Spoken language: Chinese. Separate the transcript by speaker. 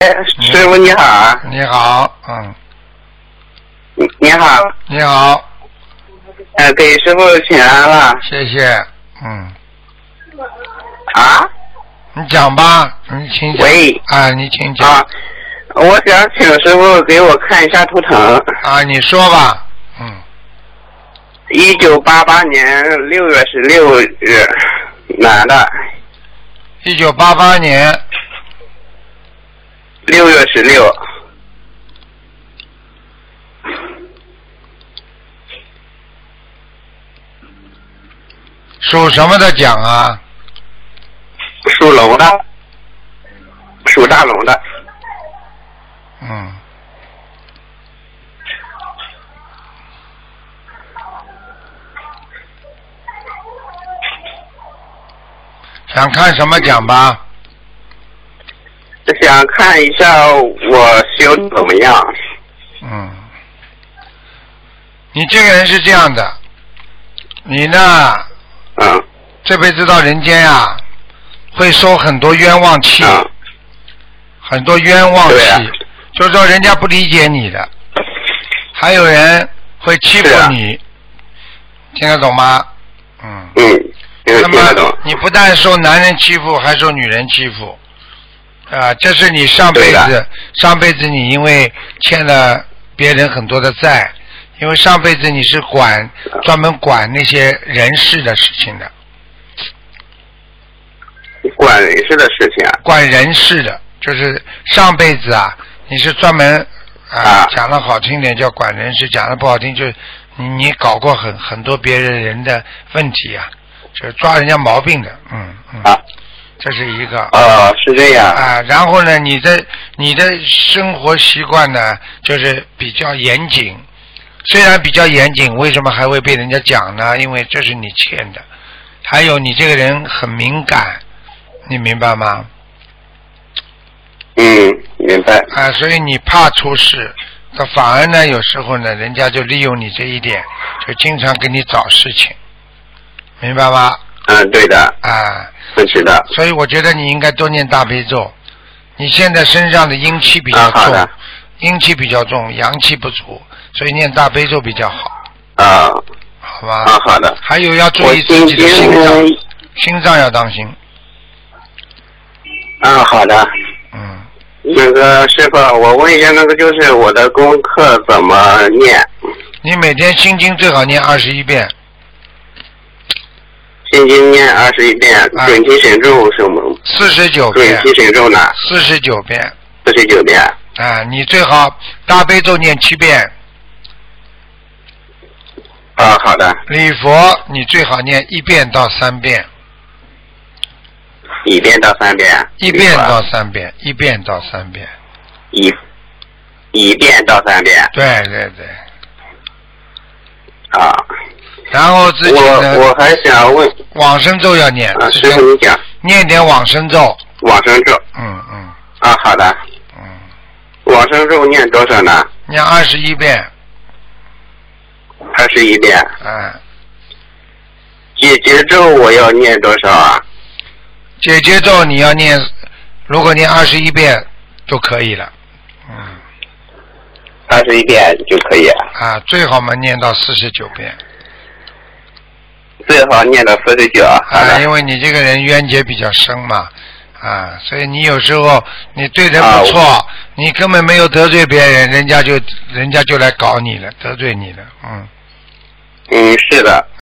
Speaker 1: 哎，师傅你好，啊
Speaker 2: 你好，嗯，
Speaker 1: 你你好，
Speaker 2: 你好，
Speaker 1: 呃，给师傅请安了
Speaker 2: 谢谢，嗯，
Speaker 1: 啊？
Speaker 2: 你讲吧，你请讲。
Speaker 1: 喂
Speaker 2: 啊，你请讲。
Speaker 1: 啊，我想请师傅给我看一下图腾，
Speaker 2: 啊，你说吧，嗯，
Speaker 1: 一九八八年六月十六日，男的，
Speaker 2: 一九八八年
Speaker 1: 六月十六，
Speaker 2: 属什么的奖啊？
Speaker 1: 属龙的，属大龙的，
Speaker 2: 嗯，想看什么奖吧？
Speaker 1: 想看一下我修得怎么样？
Speaker 2: 嗯，你这个人是这样的，你呢
Speaker 1: 嗯
Speaker 2: 这辈子到人间啊，会受很多冤枉气，
Speaker 1: 嗯，
Speaker 2: 很多冤枉气
Speaker 1: 对啊，
Speaker 2: 就是说人家不理解你的，还有人会欺
Speaker 1: 是
Speaker 2: 负
Speaker 1: 啊
Speaker 2: 你，听得懂吗？嗯，
Speaker 1: 嗯，听
Speaker 2: 那
Speaker 1: 听得
Speaker 2: 么
Speaker 1: 懂，
Speaker 2: 你不但受男人欺负，还受女人欺负，啊、这是你上辈
Speaker 1: 对
Speaker 2: 子
Speaker 1: 的，
Speaker 2: 上辈子你因为欠了别人很多的债，因为上辈子你是管
Speaker 1: 啊
Speaker 2: 专门管那些人事的事情的，
Speaker 1: 管人事的事情啊，
Speaker 2: 管人事的，就是上辈子啊，你是专门啊、
Speaker 1: 啊
Speaker 2: 讲的好听点叫管人事，讲的不好听就是你你搞过很很多别人人的问题啊，就是抓人家毛病的，嗯嗯，
Speaker 1: 啊
Speaker 2: 这是一个。
Speaker 1: 哦，是这样，
Speaker 2: 啊，然后呢，你的你的生活习惯呢，就是比较严谨。虽然比较严谨，为什么还会被人家讲呢？因为这是你欠的。还有你这个人很敏感，你明白吗？
Speaker 1: 嗯，明白，
Speaker 2: 啊，所以你怕出事，可反而呢，有时候呢，人家就利用你这一点，就经常给你找事情，明白吧？
Speaker 1: 嗯，对的，
Speaker 2: 啊，
Speaker 1: 我知道，
Speaker 2: 所以我觉得你应该多念大悲咒。你现在身上的阴气比较
Speaker 1: 啊好
Speaker 2: 重
Speaker 1: 的，
Speaker 2: 阴气比较重，阳气不足，所以念大悲咒比较好，
Speaker 1: 啊
Speaker 2: 好吧？
Speaker 1: 啊，好的，
Speaker 2: 还有要注
Speaker 1: 我
Speaker 2: 意自
Speaker 1: 今
Speaker 2: 己的
Speaker 1: 天
Speaker 2: 心脏，
Speaker 1: 呢，
Speaker 2: 心脏要当心，
Speaker 1: 啊，好的。
Speaker 2: 嗯。
Speaker 1: 那个师傅，我问一下，那个就是我的功课怎么念？
Speaker 2: 你每天心经最好念二十一遍，
Speaker 1: 心经念二十一遍，
Speaker 2: 啊
Speaker 1: 准提神咒什么？
Speaker 2: 四十九
Speaker 1: 准
Speaker 2: 遍，
Speaker 1: 提神咒呢？
Speaker 2: 四十九遍。
Speaker 1: 四十九遍。
Speaker 2: 啊，你最好大悲咒念七遍，
Speaker 1: 啊，好的，
Speaker 2: 礼佛你最好念一遍到三遍，
Speaker 1: 一遍到三遍。
Speaker 2: 一遍到三遍，一遍到三遍。
Speaker 1: 一一遍到三遍
Speaker 2: 对对对，
Speaker 1: 啊！
Speaker 2: 然后自己
Speaker 1: 我
Speaker 2: 呢，
Speaker 1: 我还想问
Speaker 2: 往生咒要念，
Speaker 1: 啊，师
Speaker 2: 自己
Speaker 1: 傅你讲
Speaker 2: 念点往生咒。
Speaker 1: 往生咒
Speaker 2: 嗯嗯
Speaker 1: 啊，好的，
Speaker 2: 嗯，
Speaker 1: 往生咒念多少呢？
Speaker 2: 念二十一遍。
Speaker 1: 二十一遍。
Speaker 2: 啊，
Speaker 1: 解结咒我要念多少啊？
Speaker 2: 姐姐咒你要念，如果念二十一遍就可以了。嗯
Speaker 1: 二十一遍就可以啊。
Speaker 2: 啊，最好嘛念到四十九遍
Speaker 1: 最好念到四十九。好
Speaker 2: 啊，
Speaker 1: 的
Speaker 2: 因为你这个人冤结比较深嘛。啊，所以你有时候你对人
Speaker 1: 啊
Speaker 2: 不
Speaker 1: 我
Speaker 2: 错，你根本没有得罪别人，人家就人家就来搞你了，得罪你了，嗯。
Speaker 1: 嗯，是的。